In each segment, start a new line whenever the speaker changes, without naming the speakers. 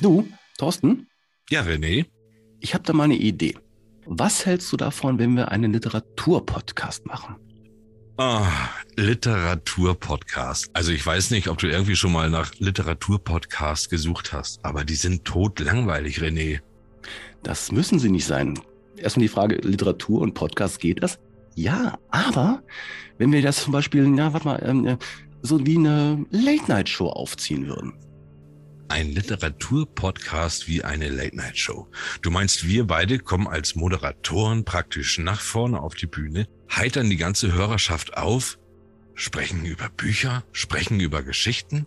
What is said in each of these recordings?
Du, Thorsten,
Ja, René.
ich habe da mal eine Idee. Was hältst du davon, wenn wir einen Literaturpodcast machen?
Ah, Literaturpodcast. Also ich weiß nicht, ob du irgendwie schon mal nach Literaturpodcast gesucht hast, aber die sind totlangweilig, René.
Das müssen sie nicht sein. Erstmal die Frage, Literatur und Podcast, geht das? Ja, aber wenn wir das zum Beispiel, na, warte mal, ähm, äh, so wie eine Late-Night-Show aufziehen würden.
Ein Literaturpodcast wie eine Late-Night-Show. Du meinst, wir beide kommen als Moderatoren praktisch nach vorne auf die Bühne, heitern die ganze Hörerschaft auf, sprechen über Bücher, sprechen über Geschichten,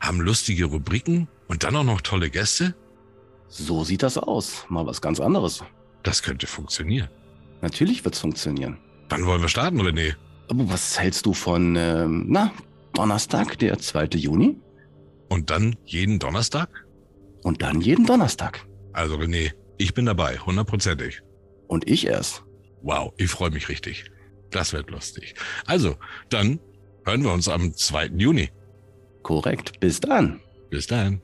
haben lustige Rubriken und dann auch noch tolle Gäste?
So sieht das aus. Mal was ganz anderes.
Das könnte funktionieren.
Natürlich wird's funktionieren.
Wann wollen wir starten, René?
Aber was hältst du von, ähm, na, Donnerstag, der 2. Juni?
Und dann jeden Donnerstag?
Und dann jeden Donnerstag.
Also René, ich bin dabei, hundertprozentig.
Und ich erst.
Wow, ich freue mich richtig. Das wird lustig. Also, dann hören wir uns am 2. Juni.
Korrekt. Bis dann.
Bis dann.